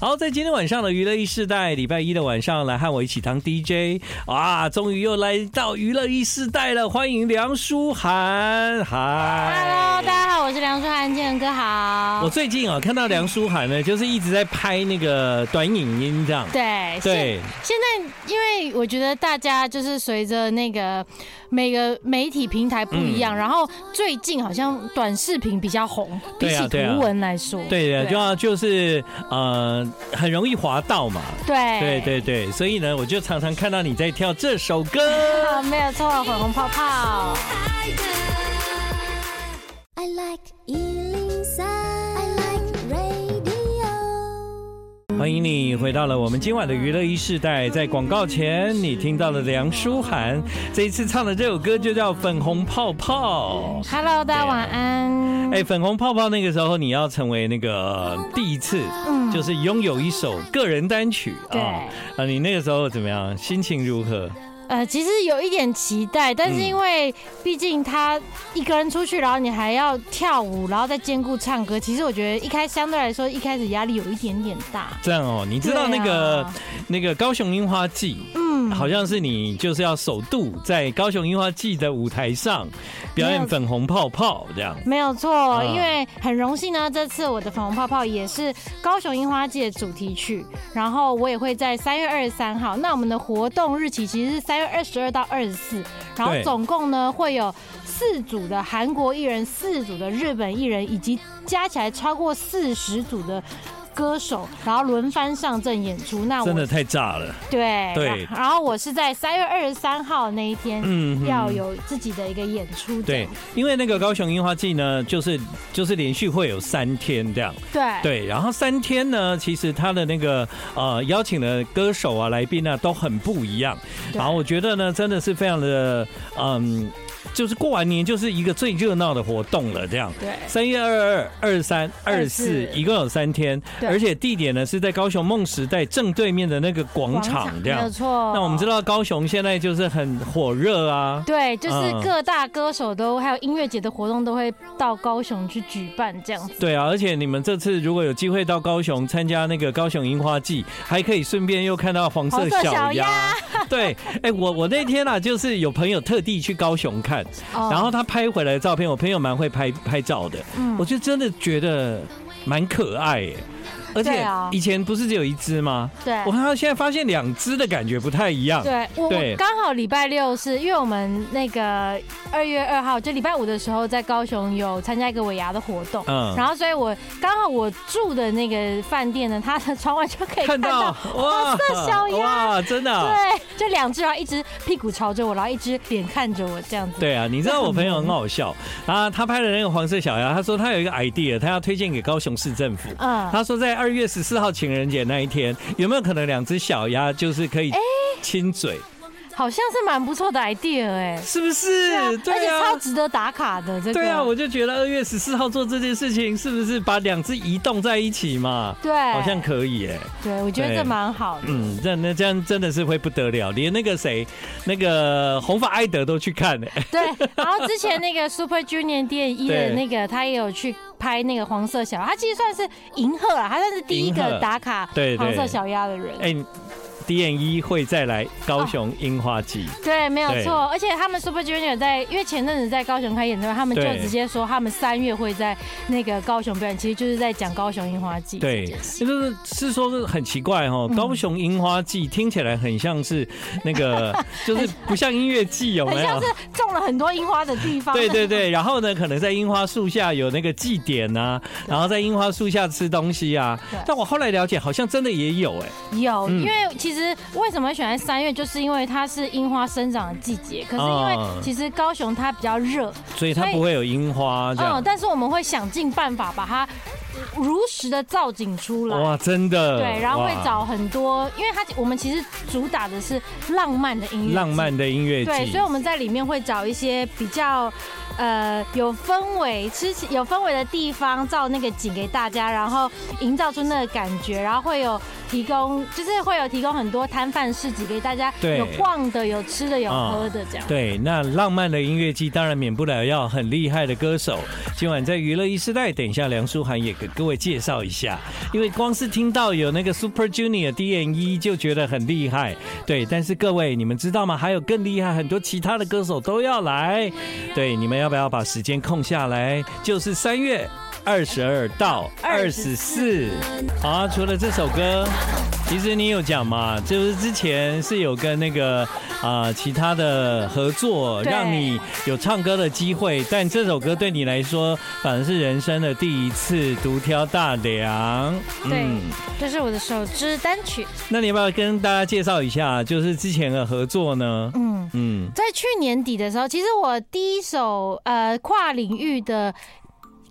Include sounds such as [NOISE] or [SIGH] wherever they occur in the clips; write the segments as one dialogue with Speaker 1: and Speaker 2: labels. Speaker 1: 好，在今天晚上的娱乐一世代，礼拜一的晚上来和我一起当 DJ 啊！终于又来到娱乐一世代了，欢迎梁舒涵，
Speaker 2: Hello，大
Speaker 1: 嗨！
Speaker 2: 家好，我是梁舒涵，建仁哥好。
Speaker 1: 我最近啊看到梁舒涵呢，就是一直在拍那个短影音这样，
Speaker 2: 对现
Speaker 1: 对，
Speaker 2: 现在因为我觉得大家就是随着那个每个媒体平台不
Speaker 1: 嗯
Speaker 2: 一样，然后最近好像短视频比较红，比
Speaker 1: 对啊
Speaker 2: 起图
Speaker 1: 对啊
Speaker 2: 文来说，
Speaker 1: 对的，就要就是呃很容易滑到嘛，对
Speaker 2: 对
Speaker 1: 对对，所以呢，我就常常看到你在跳这首
Speaker 2: [LAUGHS]
Speaker 1: 歌。
Speaker 2: 啊，没有错，粉红泡泡。
Speaker 3: I like Ealing Sound. I like radio.
Speaker 1: 欢迎你回到了我们今晚的娱乐一世代，在广告前你听到了梁舒涵这一次唱的这首歌就叫《粉红泡泡》。
Speaker 2: Hello，大家晚安。
Speaker 1: 啊哎，粉红泡泡那个时候你要成为那个第一次，就是拥有一首个人单曲
Speaker 2: 嗯对
Speaker 1: 啊啊！你那个时候怎么样？心情如何？
Speaker 2: 呃，其实有一点期待，但
Speaker 1: 嗯
Speaker 2: 是因为毕竟他一个人出去，然后你还要跳舞，然后再兼顾唱歌，其实我觉得一开相对来说一开始压力有一点点大。
Speaker 1: 这样哦，你知道
Speaker 2: 对啊
Speaker 1: 那个、那个高雄樱花季，嗯，好像是你就是要首度在高雄樱花季的舞台上表
Speaker 2: 没
Speaker 1: 演
Speaker 2: 有
Speaker 1: 粉红泡泡这样。
Speaker 2: 没有错，
Speaker 1: 嗯
Speaker 2: 因为很荣幸呢，这次我的粉红泡泡也是高雄樱花季的主题曲，然后我也会在三月二十三号。那我们的活动日期其实是三月二十二到二十四，然后
Speaker 1: 对
Speaker 2: 总共呢会有四组的韩国艺人、四组的日本艺人，以及加起来超过四十组的。歌手，然后轮番上阵演出。那
Speaker 1: 真
Speaker 2: 我
Speaker 1: 的太炸了，
Speaker 2: 对
Speaker 1: 对
Speaker 2: 然后我是在三月二十三号那一天、
Speaker 1: 嗯，
Speaker 2: 要有自己的一个演出这
Speaker 1: 对
Speaker 2: 样。，
Speaker 1: 因为那个高雄樱花季呢，就是就是连续会有三天这样，
Speaker 2: 对
Speaker 1: 对，然后三天呢，其实他的那个呃邀请的歌手啊、来宾啊都很不一样，
Speaker 2: 对
Speaker 1: 然后我觉得呢，真的是非常的嗯，就是过完年就是一个最热闹的活动了，这样。
Speaker 2: 对
Speaker 1: 三月二二、二三、二四，
Speaker 2: 24
Speaker 1: 一共有三天，
Speaker 2: 对
Speaker 1: 而且地点呢是在高雄梦时代正对面的那个广场，这
Speaker 2: 没有
Speaker 1: 样。
Speaker 2: 错。
Speaker 1: 那我们知
Speaker 2: 道。
Speaker 1: 道高雄现在就是很火热啊，
Speaker 2: 对，就是
Speaker 1: 嗯
Speaker 2: 各大歌手都还有音乐节的活动都会到高雄去举办这样子。
Speaker 1: 对啊，而且你们这次如果有机会到高雄参加那个高雄樱花季，还可以顺便又看到黄色
Speaker 2: 黄色
Speaker 1: 小鸭
Speaker 2: 小鸭。
Speaker 1: 对，哎，我我那天啊，就是有朋友特地去高雄看，
Speaker 2: 哦
Speaker 1: 然后他拍回来的照片，我朋友蛮会拍拍照的，
Speaker 2: 嗯
Speaker 1: 我就真的觉得蛮可爱耶。而
Speaker 2: 对
Speaker 1: 且
Speaker 2: 啊
Speaker 1: 以前不是只有一只吗？
Speaker 2: 对
Speaker 1: 我看到现在发现两只的感觉不太一样。
Speaker 2: 对，我
Speaker 1: 对
Speaker 2: 我刚好礼拜六是因为我们那个二月二号就礼拜五的时候在高雄有参加一个尾牙的活动，
Speaker 1: 嗯
Speaker 2: 然后所以我刚好我住的那个饭店呢，它的窗外就可
Speaker 1: 看
Speaker 2: 以看
Speaker 1: 到啊
Speaker 2: 到。
Speaker 1: 哇
Speaker 2: 黄色小鸭
Speaker 1: 哇，真的啊、
Speaker 2: 对，就两只，然后一只屁股朝着我，然后一只脸看着我这样子。
Speaker 1: 对啊，你知道我朋友很好笑啊，他拍的那个黄色小鸭，他说他有一个 idea，他要推荐给高雄市政府。
Speaker 2: 嗯，
Speaker 1: 他说在二月十四号情人节那一天，有没有可能两只小鸭就是可以亲嘴？
Speaker 2: 好像是蛮不错的 idea 哎、
Speaker 1: 是不是？
Speaker 2: 而且超值得打卡的这个。
Speaker 1: 啊对啊，我就觉得二月十四号做这件事情，是不是把两只移动在一起嘛？
Speaker 2: 对，
Speaker 1: 好像可以哎、
Speaker 2: 对，我觉得
Speaker 1: 对
Speaker 2: 这蛮好的。
Speaker 1: 嗯，那那这样真的是会不得了，连那个谁，那个红发艾德都去看哎、
Speaker 2: 对，然后之前那个 Super Junior 店一
Speaker 1: 对
Speaker 2: 的那个，他也有去拍那个黄色小，他其实算是银赫啊，他算是第一
Speaker 1: 银赫
Speaker 2: 个打卡
Speaker 1: 对对
Speaker 2: 黄色小鸭的人。
Speaker 1: 哎、d N 一会再来高雄樱花季。
Speaker 2: 对，没有
Speaker 1: 对
Speaker 2: 错。而且他们 Super Junior 在，因为前阵子在高雄开演唱会，他们就
Speaker 1: 对
Speaker 2: 直接说他们三月会在那个高雄表演，其实就是在讲高雄樱花季。
Speaker 1: 对，就是是说很奇怪哦，
Speaker 2: 嗯
Speaker 1: 高雄樱花季听起来很像是那
Speaker 2: [LAUGHS]
Speaker 1: 个，就是不像音乐季有
Speaker 2: 很
Speaker 1: 没
Speaker 2: 像
Speaker 1: 有
Speaker 2: 是？种了很多樱花的地方。
Speaker 1: 对对对，然后呢，可能在樱花树下有那个祭典啊，然后在樱花树下吃东西啊
Speaker 2: 对。
Speaker 1: 但我后来了解，好像真的也有哎、
Speaker 2: 有，
Speaker 1: 嗯
Speaker 2: 因为其实为什么会选在三月，就是因为它是樱花生长的季节。可是因
Speaker 1: 哦
Speaker 2: 为其实高雄它比较热，
Speaker 1: 所以它
Speaker 2: 所以
Speaker 1: 不会有樱花这
Speaker 2: 嗯
Speaker 1: 样，。
Speaker 2: 但是我们会想尽办法把它呃如实的造景出来。
Speaker 1: 哇，真的。
Speaker 2: 对，然后会
Speaker 1: 哇
Speaker 2: 找很多，因为它我们其实主打的是浪漫的音乐，
Speaker 1: 浪。漫的音乐
Speaker 2: 对，
Speaker 1: 季
Speaker 2: 所以。我们在里面会找一些比较呃有氛围、吃起有氛围的地方照那个景给大家，然后营造出那个感觉，然后会有提供，就是会有提供很多摊贩市集给大家，
Speaker 1: 对
Speaker 2: 有逛的、有吃的、有
Speaker 1: 嗯
Speaker 2: 喝的这样。
Speaker 1: 对，那浪漫的音乐季当然免不了要很厉害的歌手。今晚在娱乐一时代，等一下梁舒涵也给各位介绍一下，因为光是听到有那个 Super Junior DNE 就觉得很厉害。对，但是各位你们知道吗？还有更厉害，很多其他的歌手都要来。对，你们要不要把时间空下来？就是三月二十二到二十四。好、啊，除了这首歌。其实你有讲嘛，就是之前是有跟那个啊、其他的合作，
Speaker 2: 对
Speaker 1: 让你有唱歌的机会，但这首歌对你来说反而是人生的第一次独挑大梁。嗯
Speaker 2: 对，这是我的首支单曲。
Speaker 1: 那你要不要跟大家介绍一下，就是之前的合作呢？
Speaker 2: 嗯，
Speaker 1: 嗯，
Speaker 2: 在去年底的时候，其实我第一首呃跨领域的。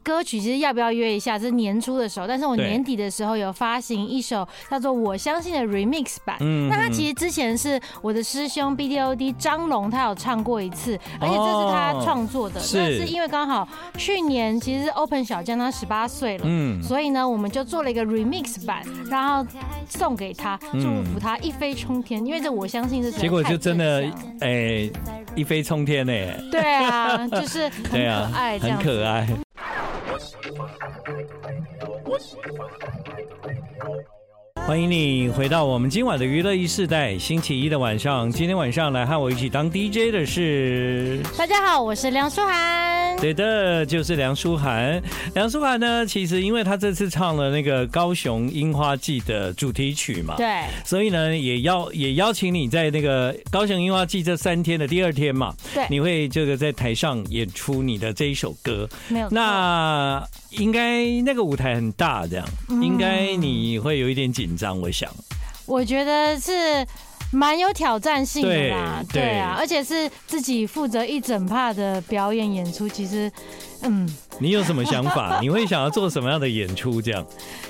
Speaker 2: 歌曲其实要不要约一下是年初的时候，但是我
Speaker 1: 对
Speaker 2: 年底的时候有发行一首叫做《我相信》的 remix 版。
Speaker 1: 嗯
Speaker 2: 那他其实之前是我的师兄 B D O D 张龙，他有唱过一次，而且这是他创作的。
Speaker 1: 哦是
Speaker 2: 那是因为刚好去年其实 Open 小将他十八岁了，
Speaker 1: 嗯
Speaker 2: 所以呢我们就做了一个 remix 版，然后送给他，
Speaker 1: 嗯
Speaker 2: 祝福他一飞冲天。因为这我相信是
Speaker 1: 结果就真的
Speaker 2: 太正向了
Speaker 1: 哎、一飞冲天呢、
Speaker 2: 对啊，就是
Speaker 1: [LAUGHS]
Speaker 2: 很
Speaker 1: 对
Speaker 2: 可
Speaker 1: 啊
Speaker 2: 爱，这
Speaker 1: 很
Speaker 2: 样子。
Speaker 1: 可爱。欢迎你回到我们今晚的娱乐一世代，星期一的晚上。今天晚上来和我一起当 DJ 的是，
Speaker 2: 大家好，我是梁舒涵。
Speaker 1: 对的，就是梁舒涵。梁舒涵呢，其实因为她这次唱了那个高雄樱花季的主题曲嘛，
Speaker 2: 对，
Speaker 1: 所以呢，也邀也邀请你在那个高雄樱花季这三天的第二天嘛，
Speaker 2: 对
Speaker 1: 你会这个在台上演出你的这一首歌。
Speaker 2: 没有错。
Speaker 1: 那应该那个舞台很大，这样、
Speaker 2: 嗯
Speaker 1: 应该你会有一点紧张，我想。
Speaker 2: 我觉得是蛮有挑战性的啦，
Speaker 1: 对
Speaker 2: 对啊
Speaker 1: 对，
Speaker 2: 而且是自己负责一整趴的表演演出，其实，嗯，
Speaker 1: 你有什么想
Speaker 2: [LAUGHS]
Speaker 1: 法？你会想要做什么样的演出？这样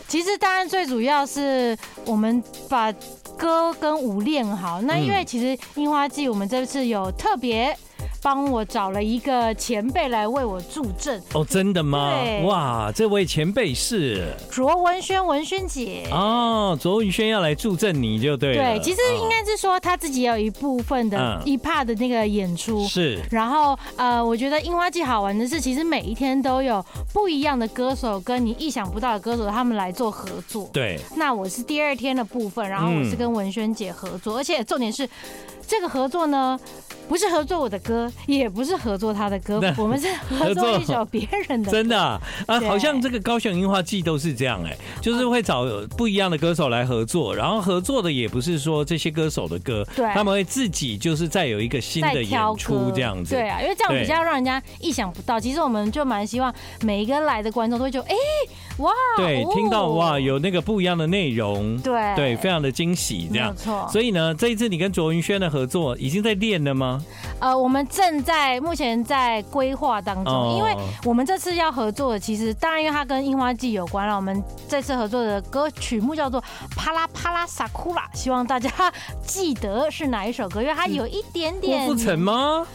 Speaker 2: 其实当然最主要是我们把。歌跟舞练好，那
Speaker 1: 嗯
Speaker 2: 因为其实樱花季，我们这次有特别帮我找了一个前辈来为我助阵，
Speaker 1: 哦，真的吗？
Speaker 2: 对
Speaker 1: 哇，这位前辈是
Speaker 2: 卓文萱文萱姐。
Speaker 1: 哦，卓宇轩要来助阵你就对了。
Speaker 2: 对，其实应该是说他自己也有一部分的
Speaker 1: 嗯
Speaker 2: 一 part 的那个演出
Speaker 1: 哦。是
Speaker 2: 然后，呃，我觉得樱花季好玩的是，其实每一天都有不一样的歌手跟你意想不到的歌手他们来做合作。
Speaker 1: 对，
Speaker 2: 那我是第二天的部分，然后我是跟文轩姐合作，而且重点是这个合作呢，不是合作我的歌，也不是合作他的歌
Speaker 1: [LAUGHS] 那，
Speaker 2: 我们是合作一
Speaker 1: [LAUGHS]
Speaker 2: 首别人的歌。
Speaker 1: 真的啊，啊
Speaker 2: 对
Speaker 1: 好像这个高雄樱花季都是这样哎、就是会找不一样的歌手来合作，然后合作的也不是说这些歌手的歌，
Speaker 2: 对
Speaker 1: 他们会自己就是再有一个新
Speaker 2: 在
Speaker 1: 的
Speaker 2: 挑
Speaker 1: 演出
Speaker 2: 歌
Speaker 1: 这样子，
Speaker 2: 对啊，因为这样
Speaker 1: 对
Speaker 2: 比较让人家意想不到。其实我们就蛮希望每一个来的观众都会觉得，哎、哇，
Speaker 1: 对，
Speaker 2: 哦
Speaker 1: 听到哇，有那个不一样的内容，
Speaker 2: 对
Speaker 1: 对，非常的惊喜这
Speaker 2: 没有
Speaker 1: 样。
Speaker 2: 错。
Speaker 1: 所以呢，这一次你跟卓云轩的合作已经在练了吗？
Speaker 2: 呃，我们正在目前在规划当中，
Speaker 1: 哦
Speaker 2: 因为我们这次要合作的，其实当然因为它跟樱花季有关了。我们这次合作的歌曲目叫做《啪啦啪啦萨库拉》，希望大家记得是哪一首歌，因为它有一点
Speaker 1: 郭 [LAUGHS]
Speaker 2: 点
Speaker 1: 富城吗？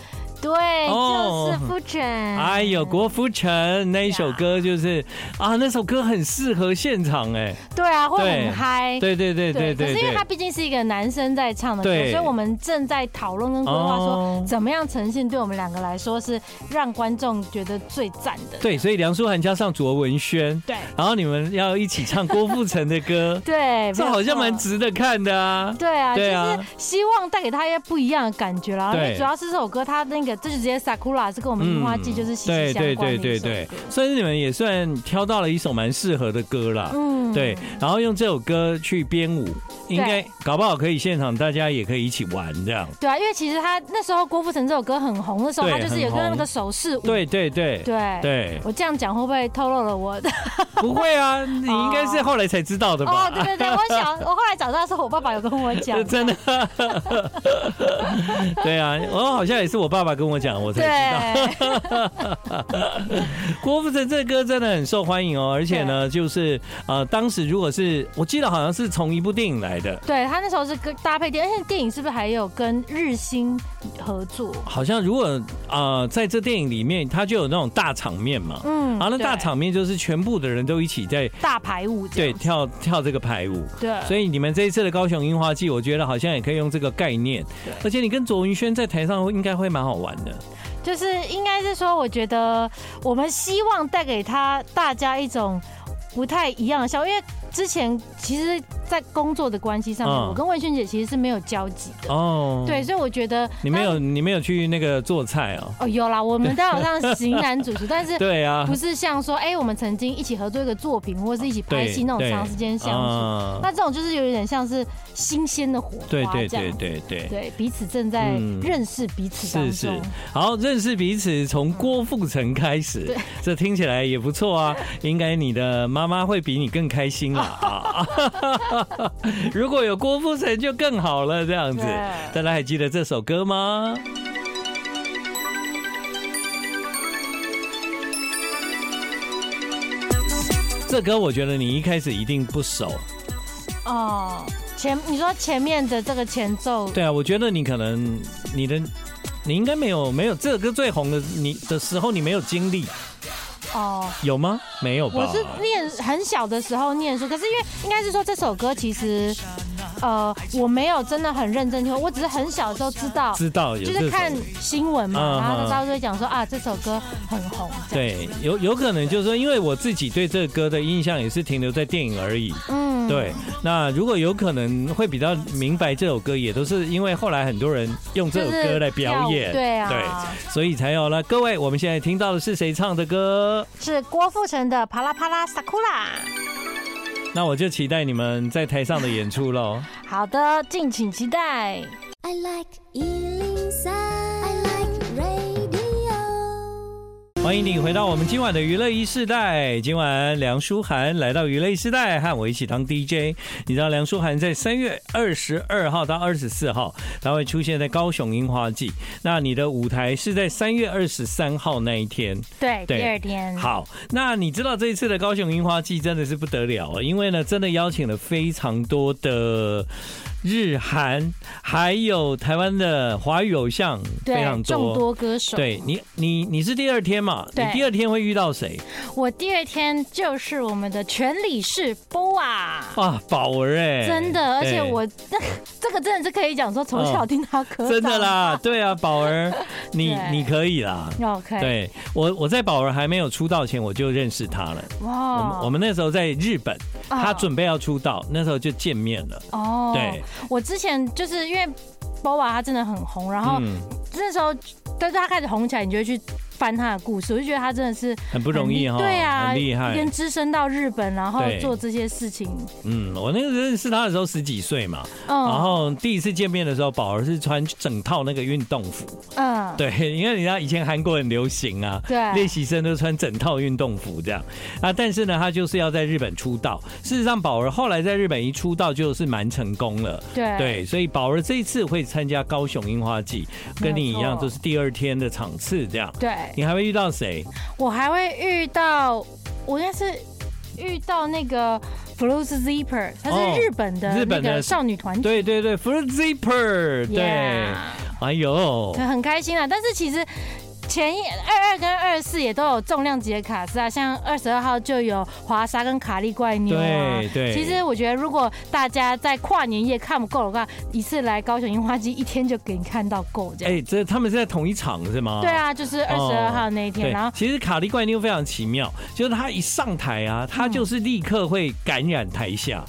Speaker 2: 对，
Speaker 1: 哦
Speaker 2: 就是傅城。
Speaker 1: 哎呦，郭富城那一首歌就是啊，那首歌很适合现场哎，
Speaker 2: 对啊，会
Speaker 1: 对
Speaker 2: 很嗨。
Speaker 1: 对对对嗯对
Speaker 2: 可
Speaker 1: 对哦
Speaker 2: 是因为
Speaker 1: 对
Speaker 2: 它，毕竟是一个男生在唱的歌，
Speaker 1: 对
Speaker 2: 所以我们正在讨论跟规划
Speaker 1: 哦
Speaker 2: 说，怎么样呈现对我们两个来说是让观众觉得最赞的。
Speaker 1: 对，所以梁舒涵加上卓文萱，
Speaker 2: 对，
Speaker 1: 然后你们要一起唱郭富城的歌
Speaker 2: 对，
Speaker 1: 这
Speaker 2: [LAUGHS] 没有
Speaker 1: 好像
Speaker 2: 错
Speaker 1: 蛮值得看的啊。
Speaker 2: 对啊，
Speaker 1: 对啊
Speaker 2: 就是希望带给他一些不一样的感觉啦。因
Speaker 1: 对
Speaker 2: 为主要是这首歌，它那个这就直接 Sakura 是跟我们樱花季就是息息
Speaker 1: 对
Speaker 2: 相
Speaker 1: 对嗯
Speaker 2: 关
Speaker 1: 对
Speaker 2: 的
Speaker 1: 对
Speaker 2: 一首
Speaker 1: 对
Speaker 2: 歌，
Speaker 1: 所以你们也算挑到了一首蛮适合的歌啦。
Speaker 2: 嗯
Speaker 1: 对，然后用这首歌去编舞，应该搞不好可以现场大家也可以一起玩这样。
Speaker 2: 对啊，因为其实他那时候郭富城这首歌很红的时候，
Speaker 1: 对
Speaker 2: 他就是有
Speaker 1: 很
Speaker 2: 个
Speaker 1: 红
Speaker 2: 那个手势舞。
Speaker 1: 对对对
Speaker 2: 对
Speaker 1: 对，
Speaker 2: 我这样讲会不会透露了我的？
Speaker 1: 不会
Speaker 2: [LAUGHS]
Speaker 1: 啊，你应该是后来才知道的
Speaker 2: 哦
Speaker 1: 吧，？
Speaker 2: 对对对，我想我后来找到的时候，
Speaker 1: [LAUGHS]
Speaker 2: 我爸爸有跟我讲
Speaker 1: 这，真的，对啊，我好像也是我爸爸爸跟我讲，我才知道。
Speaker 2: 对，
Speaker 1: 郭富城这歌真的很受欢迎哦，而且呢，就是呃，当时如果是我记得好像是从一部电影来的，
Speaker 2: 对他那时候是跟搭配电，而且电影是不是还有跟日新合作？
Speaker 1: 好像如果呃在这电影里面，它就有那种大场面嘛，
Speaker 2: 嗯，
Speaker 1: 然后那大
Speaker 2: 对
Speaker 1: 场面就是全部的人都一起在
Speaker 2: 大排舞这
Speaker 1: 对
Speaker 2: 样子，
Speaker 1: 跳跳这个排舞。
Speaker 2: 对，
Speaker 1: 所以你们这一次的高雄樱花季，我觉得好像也可以用这个概念，而且你跟卓云轩在台上应该会蛮好玩的。
Speaker 2: 就是应该是说，我觉得我们希望带给他大家一种不太一样的效果，因为之前其实，在工作的关系上面，
Speaker 1: 嗯
Speaker 2: 我跟文轩姐其实是没有交集的，
Speaker 1: 哦，
Speaker 2: 对，，所以我觉得
Speaker 1: 你没
Speaker 2: 当
Speaker 1: 有你没有去那个做菜哦？
Speaker 2: 哦有啦，我们都有
Speaker 1: [LAUGHS]
Speaker 2: 让型男主持，但是
Speaker 1: 对啊
Speaker 2: 不，是像说，哎、我们曾经一起合作一个作品，或是一起拍戏
Speaker 1: 对
Speaker 2: 那种
Speaker 1: 对
Speaker 2: 长时间相处，
Speaker 1: 啊，
Speaker 2: 那这种就是有点像是新鲜的火花这
Speaker 1: 对
Speaker 2: 样，
Speaker 1: 对对对对。
Speaker 2: 对彼此正在
Speaker 1: 嗯
Speaker 2: 认识彼此当
Speaker 1: 是
Speaker 2: 中，
Speaker 1: 是，好，认识彼此从郭富城开始
Speaker 2: 对，
Speaker 1: 这听起来也不错啊。应该你的妈妈会比你更开心啦
Speaker 2: [LAUGHS]
Speaker 1: 啊！ [LAUGHS] 如果有郭富城就更好了，这样子
Speaker 2: 对。
Speaker 1: 大家还记得这首歌吗？这歌我觉得你一开始一定不熟，
Speaker 2: 哦，前你说前面的这个前奏，
Speaker 1: 对啊，我觉得你可能你的你应该没有没有这首歌最红的你的时候你没有经历。
Speaker 2: 哦，
Speaker 1: 有吗？没有吧？
Speaker 2: 我是念很小的时候念书，可是因为应该是说这首歌其实，呃，我没有真的很认真听，我只是很小的时候知道。
Speaker 1: 知道有
Speaker 2: 就
Speaker 1: 这
Speaker 2: 是
Speaker 1: 首
Speaker 2: 看新闻嘛，
Speaker 1: 嗯
Speaker 2: 然后
Speaker 1: 嗯
Speaker 2: 大家都会讲说啊，这首歌很红，这样，
Speaker 1: 对，有有可能就是说，因为我自己对这个歌的印象也是停留在电影而已。
Speaker 2: 嗯，
Speaker 1: 对，那如果有可能会比较明白这首歌，也都是因为后来很多人用这首
Speaker 2: 就是
Speaker 1: 歌来表演，
Speaker 2: 跳舞对啊，
Speaker 1: 对所以才有了。各位，我们现在听到的是谁唱的歌？
Speaker 2: 是郭富城的《啪啦啪啦萨库拉》。
Speaker 1: 那我就期待你们在台上的演出喽。
Speaker 2: 好的，敬请期待。
Speaker 3: I like Ealing Sound. I like radio.
Speaker 1: 欢迎你回到我们今晚的娱乐一世代。今晚梁舒涵来到娱乐一世代，和我一起当 DJ。你知道梁舒涵在三月二十二号到二十四号，她会出现在高雄樱花季。那你的舞台是在三月二十三号那一天。
Speaker 2: 对，
Speaker 1: 对
Speaker 2: 第二天，
Speaker 1: 好，那你知道这一次的高雄樱花季真的是不得了，因为呢，真的邀请了非常多的日韩，还有台湾的华语偶像，非
Speaker 2: 对
Speaker 1: 常，
Speaker 2: 众多歌手。
Speaker 1: 对你，你你是第二天嘛？你
Speaker 2: 对
Speaker 1: 第二天会遇到谁？
Speaker 2: 我第二天就是我们的全理事 BOA。
Speaker 1: 啊，宝儿哎、
Speaker 2: 真的，而且
Speaker 1: 对
Speaker 2: 我 [LAUGHS] 这这个真的是可以讲说从小听他歌、
Speaker 1: 真的。啦，对啊，宝
Speaker 2: [LAUGHS]
Speaker 1: 儿，你
Speaker 2: 对
Speaker 1: 你可以啦。
Speaker 2: OK，，
Speaker 1: 对我，我在宝儿还没有出道前，我就认识他了。我
Speaker 2: 哇
Speaker 1: 们我们那时候在日本，他
Speaker 2: 啊
Speaker 1: 准备要出道，那时候就见面了。
Speaker 2: 哦，
Speaker 1: 对，
Speaker 2: 我之前就是因为 BOA 他真的很红，然后
Speaker 1: 嗯，
Speaker 2: 那时候但是他开始红起来，你就会去翻他的故事，我就觉得他真的是
Speaker 1: 很不容易哈，
Speaker 2: 对啊，
Speaker 1: 很厉害
Speaker 2: 跟。只身到日本，然后
Speaker 1: 对
Speaker 2: 做这些事情，
Speaker 1: 嗯，我那个认识他的时候十几岁嘛，然
Speaker 2: 嗯
Speaker 1: 后第一次见面的时候，宝儿是穿整套那个运动服。[LAUGHS]
Speaker 2: 嗯，
Speaker 1: 对，因为你知道以前韩国很流行啊，
Speaker 2: 对
Speaker 1: 练习生都穿整套运动服这样啊。但是呢，他就是要在日本出道。事实上，宝儿后来在日本一出道就是蛮成功了。
Speaker 2: 对
Speaker 1: 对，所以宝儿这一次会参加高雄樱花季，跟你一
Speaker 2: 没有
Speaker 1: 样，
Speaker 2: 错
Speaker 1: 都是第二天的场次这样。
Speaker 2: 对，
Speaker 1: 你还会遇到谁？
Speaker 2: 我还会遇到，我应该是遇到那个 Blue Zipper，她
Speaker 1: 哦
Speaker 2: 是日本的
Speaker 1: 日
Speaker 2: 那
Speaker 1: 本的
Speaker 2: 个少女团体。
Speaker 1: 对对对，Fruit Zipper，对
Speaker 2: Yeah
Speaker 1: 哎呦，
Speaker 2: 很开心啊。但是其实前一二二跟二四也都有重量级的卡司啊，像二十二号就有华沙跟卡利怪妞啊。
Speaker 1: 对对
Speaker 2: 其实我觉得，如果大家在跨年夜看不够的话，一次来高雄樱花季，一天就给你看到够这样。
Speaker 1: 哎，这他们是在同一场是吗？
Speaker 2: 对。啊，就是二十二号那一天，
Speaker 1: 对
Speaker 2: 然，后
Speaker 1: 其实卡利怪妞非常奇妙，就是她一上台啊，
Speaker 2: 嗯
Speaker 1: 她就是立刻会感染台下。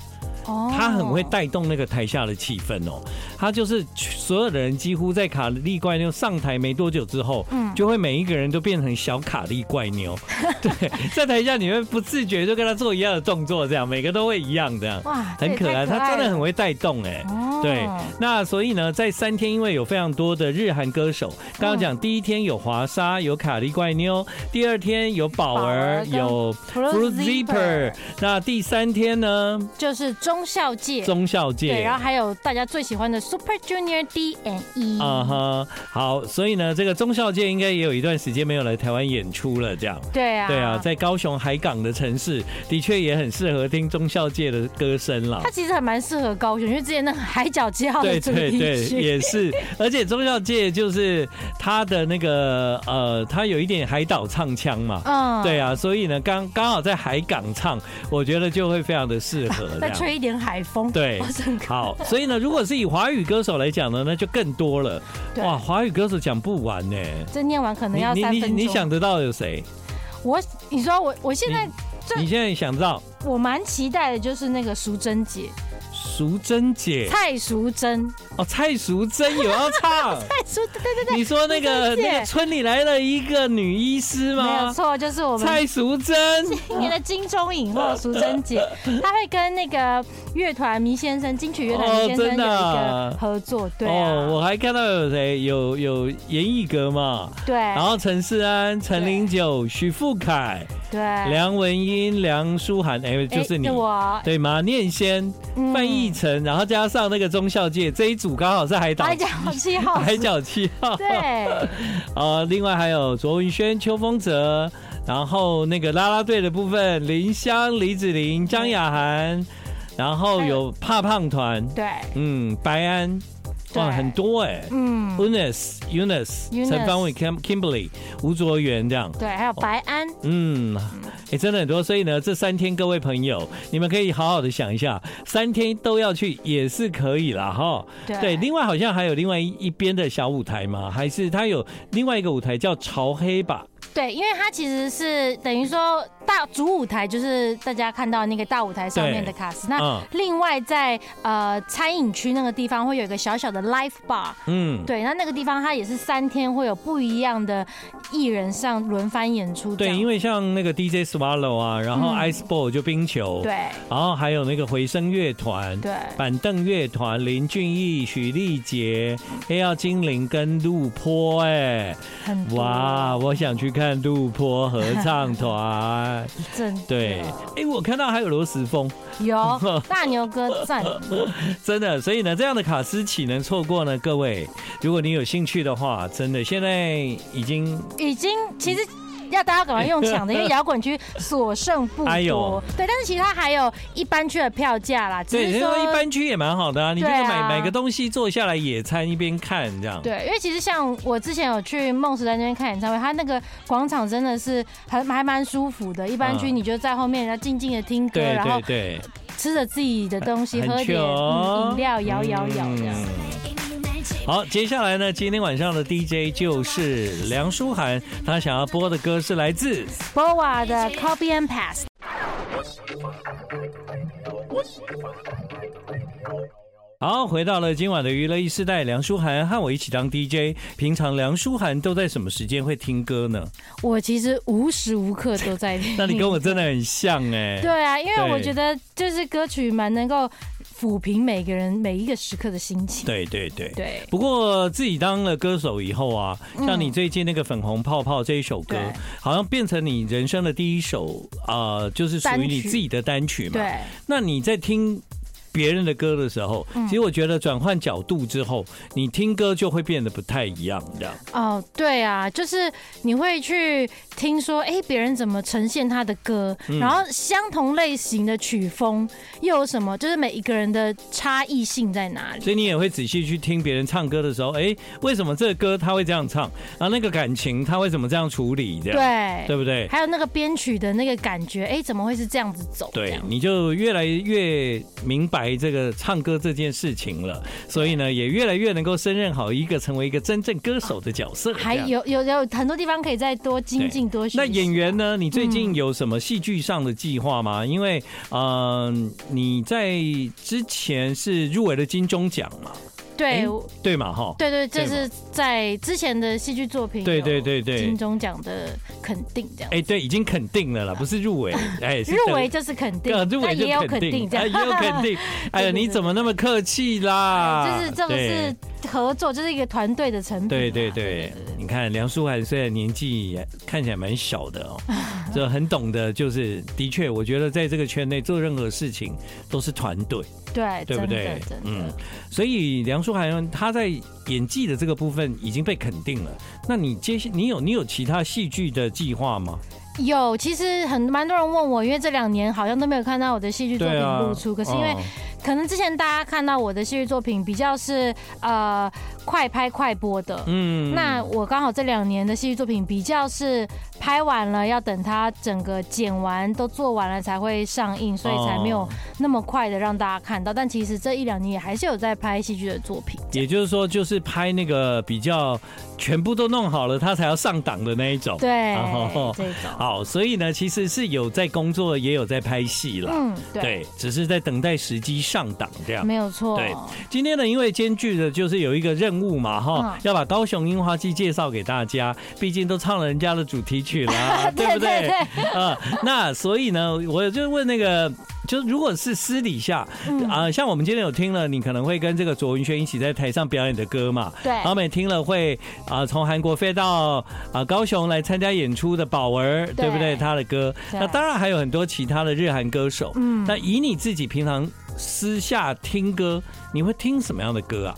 Speaker 2: 哦
Speaker 1: 他很会带动那个台下的气氛哦。他就是所有的人几乎在卡利怪妞上台没多久之后，
Speaker 2: 嗯
Speaker 1: 就会每一个人都变成小卡利怪
Speaker 2: [LAUGHS]
Speaker 1: 妞。对，在台下你会不自觉就跟他做一样的动作，这样每个都会一样这样。
Speaker 2: 哇，这
Speaker 1: 很
Speaker 2: 也
Speaker 1: 可爱，
Speaker 2: 哦太
Speaker 1: 他真的
Speaker 2: 了
Speaker 1: 很会带动哎、
Speaker 2: 哦
Speaker 1: 对，那所以呢，在三天，因为有非常多的日韩歌手，刚刚
Speaker 2: 嗯
Speaker 1: 讲第一天有华莎，有卡利怪妞，第二天有宝
Speaker 2: 宝
Speaker 1: 儿
Speaker 2: 儿，跟
Speaker 1: 有
Speaker 2: Fruit
Speaker 1: Fruit
Speaker 2: Zipper
Speaker 1: Zipper，那第三天呢，
Speaker 2: 就是中忠孝界，
Speaker 1: 忠孝界，
Speaker 2: 对，然后还有大家最喜欢的 Super Junior D N E，
Speaker 1: 啊哈，好，所以呢，这个忠孝界应该也有一段时间没有来台湾演出了，这样。
Speaker 2: 对啊，
Speaker 1: 对啊，在高雄海港的城市，的确也很适合听忠孝界的歌声啦
Speaker 2: 它。其实还蛮适合高雄，因为之前那个海角七号的
Speaker 1: 对
Speaker 2: 主
Speaker 1: 对
Speaker 2: 题
Speaker 1: 对，
Speaker 2: 曲，
Speaker 1: 也是，而且忠孝界就是它的那个呃，它有一点海岛唱腔嘛，
Speaker 2: 嗯
Speaker 1: 对啊，所以呢，刚刚好在海港唱，我觉得就会非常的适合这
Speaker 2: 再
Speaker 1: 样。
Speaker 2: 吹一点海风，
Speaker 1: 对
Speaker 2: 我整个
Speaker 1: 好，所以呢，如果是以华语歌手来讲呢，那就更多了。
Speaker 2: 对
Speaker 1: 哇，华语歌手讲不完呢。
Speaker 2: 这念完可能
Speaker 1: 你
Speaker 2: 要
Speaker 1: 你
Speaker 2: 三
Speaker 1: 你
Speaker 2: 分钟。
Speaker 1: 你想得到有谁？
Speaker 2: 我，你说我，我现在这
Speaker 1: 你现在想到
Speaker 2: 我蛮期待的，就是那个淑珍姐，
Speaker 1: 淑珍姐
Speaker 2: 蔡淑珍，
Speaker 1: 哦，蔡淑珍有要唱。
Speaker 2: [LAUGHS] 蔡淑，对对对，
Speaker 1: 你说那个
Speaker 2: 淑珍姐
Speaker 1: 那个村里来了一个女医师
Speaker 2: 没有
Speaker 1: 吗？
Speaker 2: 错，就是我们
Speaker 1: 蔡淑珍，
Speaker 2: 今年的金钟影后淑珍
Speaker 1: [LAUGHS]
Speaker 2: 姐，她会跟那个乐团迷先生、金曲乐团迷先生有一
Speaker 1: 哦真的啊
Speaker 2: 个合作，对
Speaker 1: 哦，
Speaker 2: 啊，
Speaker 1: 我还看到有谁有有严艺格嘛，
Speaker 2: 对
Speaker 1: 然后陈世安、陈零九、许富凯、
Speaker 2: 对，
Speaker 1: 梁文音、梁舒涵，哎，就是你
Speaker 2: 哎我
Speaker 1: 对吗？念先、
Speaker 2: 嗯
Speaker 1: 范逸臣，然后加上那个忠孝界这一组，刚好是海岛
Speaker 2: 海角七号，
Speaker 1: 海角七号。
Speaker 2: [LAUGHS] 对，
Speaker 1: 呃，另外还有卓文萱、邱风泽，然后那个啦啦队的部分，林湘、李子玲、张雅涵，然后有怕胖团，
Speaker 2: 对，
Speaker 1: 嗯，白安，哇，
Speaker 2: 对
Speaker 1: 很多哎、
Speaker 2: 嗯，
Speaker 1: Unis、Unis、
Speaker 2: Eunice
Speaker 1: 陈芳伟、Kim、Kimberly、吴卓源这样。
Speaker 2: 对，还有白安，
Speaker 1: 嗯，哎、真的很多，所以呢，这三天各位朋友，你们可以好好的想一下，三天都要去也是可以啦，哈。对，
Speaker 2: 对，
Speaker 1: 另外好像还有另外一一边的小舞台嘛，还是它有另外一个舞台叫潮黑吧？
Speaker 2: 对，因为它其实是等于说大主舞台，就是大家看到那个大舞台上面的卡斯。那
Speaker 1: 嗯
Speaker 2: 另外在呃餐饮区那个地方会有一个小小的 l i f e bar，
Speaker 1: 嗯，
Speaker 2: 对，那那个地方它也是三天会有不一样的艺人上轮番演出这
Speaker 1: 对，
Speaker 2: 样。
Speaker 1: 因为像那个 DJ Swallow 啊，然后
Speaker 2: 嗯
Speaker 1: Ice Ball 就冰球，，
Speaker 2: 对
Speaker 1: 然后还有那个回声乐团。
Speaker 2: 对
Speaker 1: 板凳乐团林俊逸、许丽杰、黑曜精灵跟陆坡、哎，
Speaker 2: 很多
Speaker 1: 哇，我想去看陆坡合唱
Speaker 2: [LAUGHS]
Speaker 1: 团。
Speaker 2: 真的
Speaker 1: 对，哎、我看到还有罗时峰， [LAUGHS]
Speaker 2: 有大牛哥赞，
Speaker 1: 真的，所以呢，这样的卡司岂能错过呢？各位，如果你有兴趣的话，真的现在已经
Speaker 2: 已经其实。要大家赶快用抢的，因为摇滚区所剩不
Speaker 1: [LAUGHS]
Speaker 2: 多。
Speaker 1: 哎呦
Speaker 2: 对，但是其他还有一般区的票价啦，只
Speaker 1: 对，
Speaker 2: 是
Speaker 1: 因
Speaker 2: 说
Speaker 1: 为一般区也蛮好的啊，你这个
Speaker 2: 对啊
Speaker 1: 买、买个东西坐下来野餐，一边看这样。
Speaker 2: 对，因为其实像我之前有去梦时代那边看演唱会，他那个广场真的是很还蛮舒服的。一般区
Speaker 1: 嗯
Speaker 2: 你就在后面，然后静静的听歌，
Speaker 1: 对
Speaker 2: 然后
Speaker 1: 对对，
Speaker 2: 吃着自己的东西，
Speaker 1: 很
Speaker 2: 喝点
Speaker 1: chill 哦
Speaker 2: 嗯饮料，摇摇摇这样。
Speaker 1: 嗯好，接下来呢，今天晚上的 DJ 就是梁舒涵，她想要播的歌是来自
Speaker 2: Boa 的 Copy and Pass。
Speaker 1: 好，回到了今晚的娱乐一世代，梁舒涵和我一起当 DJ。平常梁舒涵都在什么时间会听歌呢？。
Speaker 2: 我其实无时无刻都在听
Speaker 1: 那你跟我真的很像哎、
Speaker 2: 对啊，因为我
Speaker 1: 对
Speaker 2: 觉得就是歌曲蛮能够抚平每个人每一个时刻的心情。
Speaker 1: 对对对
Speaker 2: 对
Speaker 1: 不过自己当了歌手以后啊，像你最近那个《粉红泡泡》这一首歌，
Speaker 2: 对
Speaker 1: 好像变成你人生的第一首啊、呃就是属于你
Speaker 2: 单曲
Speaker 1: 自己的单曲嘛。
Speaker 2: 对
Speaker 1: 那你在听别人的歌的时候，其实我觉得转换角度之后，你听歌就会变得不太一样这样。
Speaker 2: 哦，对啊，就是你会去听说，哎，别人怎么呈现他的歌，
Speaker 1: 嗯
Speaker 2: 然后相同类型的曲风又有什么？就是每一个人的差异性在哪里？
Speaker 1: 所以你也会仔细去听别人唱歌的时候，哎、为什么这个歌他会这样唱？然后那个感情他为什么这样处理？这样
Speaker 2: 对，
Speaker 1: 不对？
Speaker 2: 还有那个编曲的那个感觉，哎，怎么会是这样子走？这
Speaker 1: 对
Speaker 2: 样，
Speaker 1: 你就越来越明白这个唱歌这件事情了，所以呢，也越来越能够胜任好一个成为一个真正歌手的角色。
Speaker 2: 啊还
Speaker 1: 这样。
Speaker 2: 有有有很多地方可以再多精进多学习。
Speaker 1: 那演员呢？你最近有什么戏剧上的计划吗？因为，嗯、你在之前是入围了金钟奖嘛，
Speaker 2: 对
Speaker 1: 哎。对嘛？哈，
Speaker 2: 对对，这
Speaker 1: 对
Speaker 2: 是在之前的戏剧作品，
Speaker 1: 对对对对
Speaker 2: 金钟奖的肯定
Speaker 1: [LAUGHS]
Speaker 2: 这样，
Speaker 1: 哎、对，已经肯定了啦，不是
Speaker 2: [LAUGHS]
Speaker 1: 入围，哎、是
Speaker 2: 入围就是肯定
Speaker 1: 对，啊，入
Speaker 2: 但
Speaker 1: 围就
Speaker 2: 也有
Speaker 1: 肯
Speaker 2: 肯定
Speaker 1: 定，
Speaker 2: 这
Speaker 1: 哎，
Speaker 2: 样，
Speaker 1: 也有肯
Speaker 2: [LAUGHS]
Speaker 1: 定，啊哎呀，
Speaker 2: 对对哎
Speaker 1: 你怎么那么客气啦？
Speaker 2: 就是这种
Speaker 1: 对
Speaker 2: [LAUGHS] 是合作，就是一个团队的成品嘛。啊
Speaker 1: 对对对，你你看梁淑涵虽然年纪也看起来蛮小的
Speaker 2: [LAUGHS]
Speaker 1: 哦，这很懂得，就是的确，我觉得在这个圈内做任何事情都是团队，
Speaker 2: 对，
Speaker 1: 对
Speaker 2: 真
Speaker 1: 不
Speaker 2: 的
Speaker 1: 对
Speaker 2: 真的，？
Speaker 1: 嗯，所以梁淑涵她在演技的这个部分已经被肯定了。那你接下你有你有其他戏剧的计划吗？
Speaker 2: 有，其实很蛮多人问我，因为这两年好像都没有看到我的戏剧作品露出，可是因为、
Speaker 1: 嗯
Speaker 2: 可能之前大家看到我的戏剧作品比较是呃快拍快播的，
Speaker 1: 嗯
Speaker 2: 那我刚好这两年的戏剧作品比较是拍完了，要等它整个剪完都做完了才会上映，所以才没有
Speaker 1: 哦
Speaker 2: 那么快的让大家看到。但其实这一两年也还是有在拍戏剧的作品。
Speaker 1: 也就是说，就是拍那个比较全部都弄好了，他才要上档的那一种。
Speaker 2: 对
Speaker 1: 哦，
Speaker 2: 这种，
Speaker 1: 好，所以呢，其实是有在工作，也有在拍戏啦。
Speaker 2: 嗯，对，嗯
Speaker 1: 只是在等待时机上档这样。
Speaker 2: 没有错，
Speaker 1: 对今天呢，因为兼具的就是有一个任务嘛，哈、
Speaker 2: 嗯
Speaker 1: 要把高雄樱花季介绍给大家，毕竟都唱了人家的主题曲啦，对不对？
Speaker 2: [LAUGHS]
Speaker 1: [LAUGHS]
Speaker 2: 对，
Speaker 1: 啊、那所以呢，我就问那个，就如果是私底下啊、
Speaker 2: 嗯，
Speaker 1: 像我们今天有听了，你可能会跟这个卓云轩一起在台上表演的歌嘛，
Speaker 2: 对
Speaker 1: 然，后美听了会啊，从、韩国飞到啊、高雄来参加演出的宝儿，对
Speaker 2: 对
Speaker 1: 不对？他的歌，
Speaker 2: 对
Speaker 1: 那当然还有很多其他的日韩歌手。
Speaker 2: 嗯
Speaker 1: 那以你自己平常私下听歌，你会听什么样的歌啊？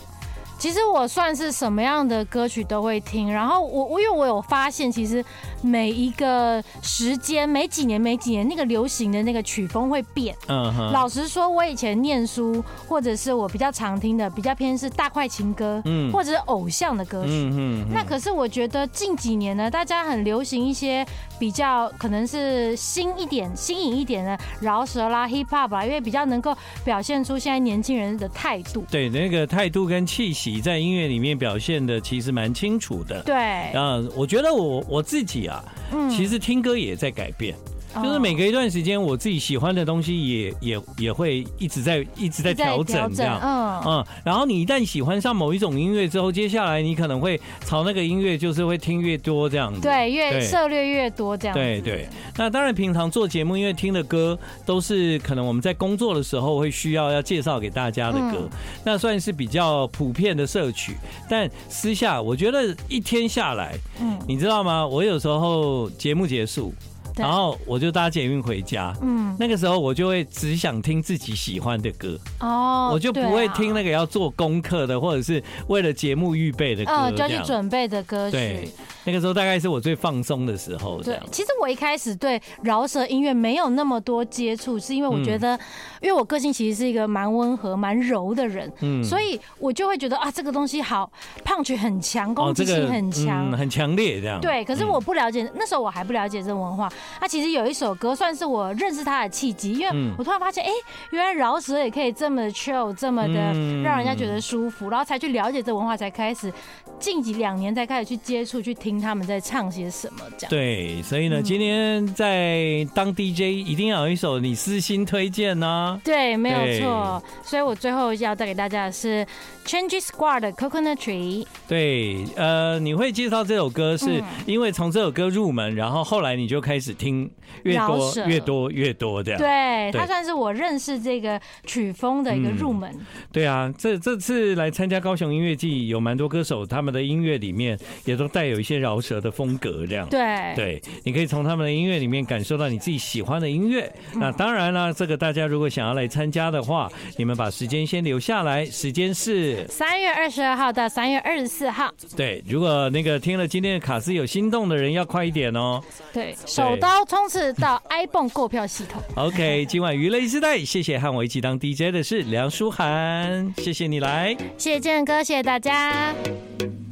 Speaker 2: 其实我算是什么样的歌曲都会听，然后我我因为我有发现，其实每一个时间、每几年、每几年那个流行的那个曲风会变。
Speaker 1: 嗯哼，
Speaker 2: 老实说，我以前念书，或者是我比较常听的，比较偏是大块情歌，
Speaker 1: 嗯
Speaker 2: 或者是偶像的歌曲。
Speaker 1: 嗯嗯
Speaker 2: 那可是我觉得近几年呢，大家很流行一些比较可能是新一点、新颖一点的饶舌啦、hip hop 啦，因为比较能够表现出现在年轻人的态度。
Speaker 1: 对，那个态度跟气息在音乐里面表现的其实蛮清楚的。
Speaker 2: 对，
Speaker 1: 啊，我觉得我我自己啊，
Speaker 2: 嗯
Speaker 1: 其实听歌也在改变。就是
Speaker 2: 哦
Speaker 1: 每隔一段时间，我自己喜欢的东西也也也会一直在一直在调整这样。
Speaker 2: 嗯，
Speaker 1: 嗯，然后你一旦喜欢上某一种音乐之后，接下来你可能会朝那个音乐就是会听越多这样子。
Speaker 2: 对，越
Speaker 1: 对
Speaker 2: 涉略越多这样子。
Speaker 1: 对对，那当然平常做节目，因为听的歌都是可能我们在工作的时候会需要要介绍给大家的歌，
Speaker 2: 嗯
Speaker 1: 那算是比较普遍的摄取。但私下，我觉得一天下来，
Speaker 2: 嗯
Speaker 1: 你知道吗？我有时候节目结束，
Speaker 2: 对
Speaker 1: 然后我就搭捷运回家。
Speaker 2: 嗯，
Speaker 1: 那个时候我就会只想听自己喜欢的歌，
Speaker 2: 哦，
Speaker 1: 我就不会听
Speaker 2: 了，
Speaker 1: 那个要做功课的，或者是为了节目预备的歌。
Speaker 2: 嗯，就
Speaker 1: 这
Speaker 2: 要去
Speaker 1: 样
Speaker 2: 准备的歌
Speaker 1: 对
Speaker 2: 曲。，
Speaker 1: 那个时候大概是我最放松的时候，这
Speaker 2: 对
Speaker 1: 样，。
Speaker 2: 其实我一开始对饶舌音乐没有那么多接触，是因为我
Speaker 1: 嗯
Speaker 2: 觉得，因为我个性其实是一个蛮温和、蛮柔的人，
Speaker 1: 嗯
Speaker 2: 所以我就会觉得啊，这个东西好，胖曲很强，
Speaker 1: 哦
Speaker 2: 攻击性很强。
Speaker 1: 嗯很强烈这样。
Speaker 2: 对，可是
Speaker 1: 嗯
Speaker 2: 我不了解，那时候我还不了解这文化。那、其实有一首歌算是我认识它的契机，因为
Speaker 1: 嗯
Speaker 2: 我突然发现，哎、原来饶舌也可以这么的 chill，这么的
Speaker 1: 嗯
Speaker 2: 让人家觉得舒服，然后才去了解这文化，才开始近几两年才开始去接触、去听他们在唱些什么这样。
Speaker 1: 对，所以呢，
Speaker 2: 嗯
Speaker 1: 今天在当 DJ 一定要有一首你私心推荐啊呢、
Speaker 2: 对，没有错。所以我最后要带给大家的是 Change Squad 的 Coconut Tree。
Speaker 1: 对，呃，你会介绍这首歌，是
Speaker 2: 嗯
Speaker 1: 因为从这首歌入门，然后后来你就开始听越
Speaker 2: 饶
Speaker 1: 多
Speaker 2: 舌
Speaker 1: 越多越多这样。
Speaker 2: 对，
Speaker 1: 对
Speaker 2: 它算是我认识这个曲风的一个入门。
Speaker 1: 对啊，这这次来参加高雄音乐季，有蛮多歌手他们的音乐里面也都带有一些饶舌的风格这样。
Speaker 2: 对，
Speaker 1: 对，你可以从他们的音乐里面感受到你自己喜欢的音乐。那当然啦，这个大家如果想要来参加的话，你们把时间先留下来，时间是
Speaker 2: 三月二十二号到三月二十四号，
Speaker 1: 对。如果那个听了今天的卡斯有心动的人，要快一点哦。
Speaker 2: 对，手刀冲刺到 iPhone 购票系统。
Speaker 1: OK，今晚娱乐一时代，谢谢和我一起当 DJ 的是梁舒涵，谢谢你来。
Speaker 2: 谢谢建哥，谢谢大家。
Speaker 3: Thank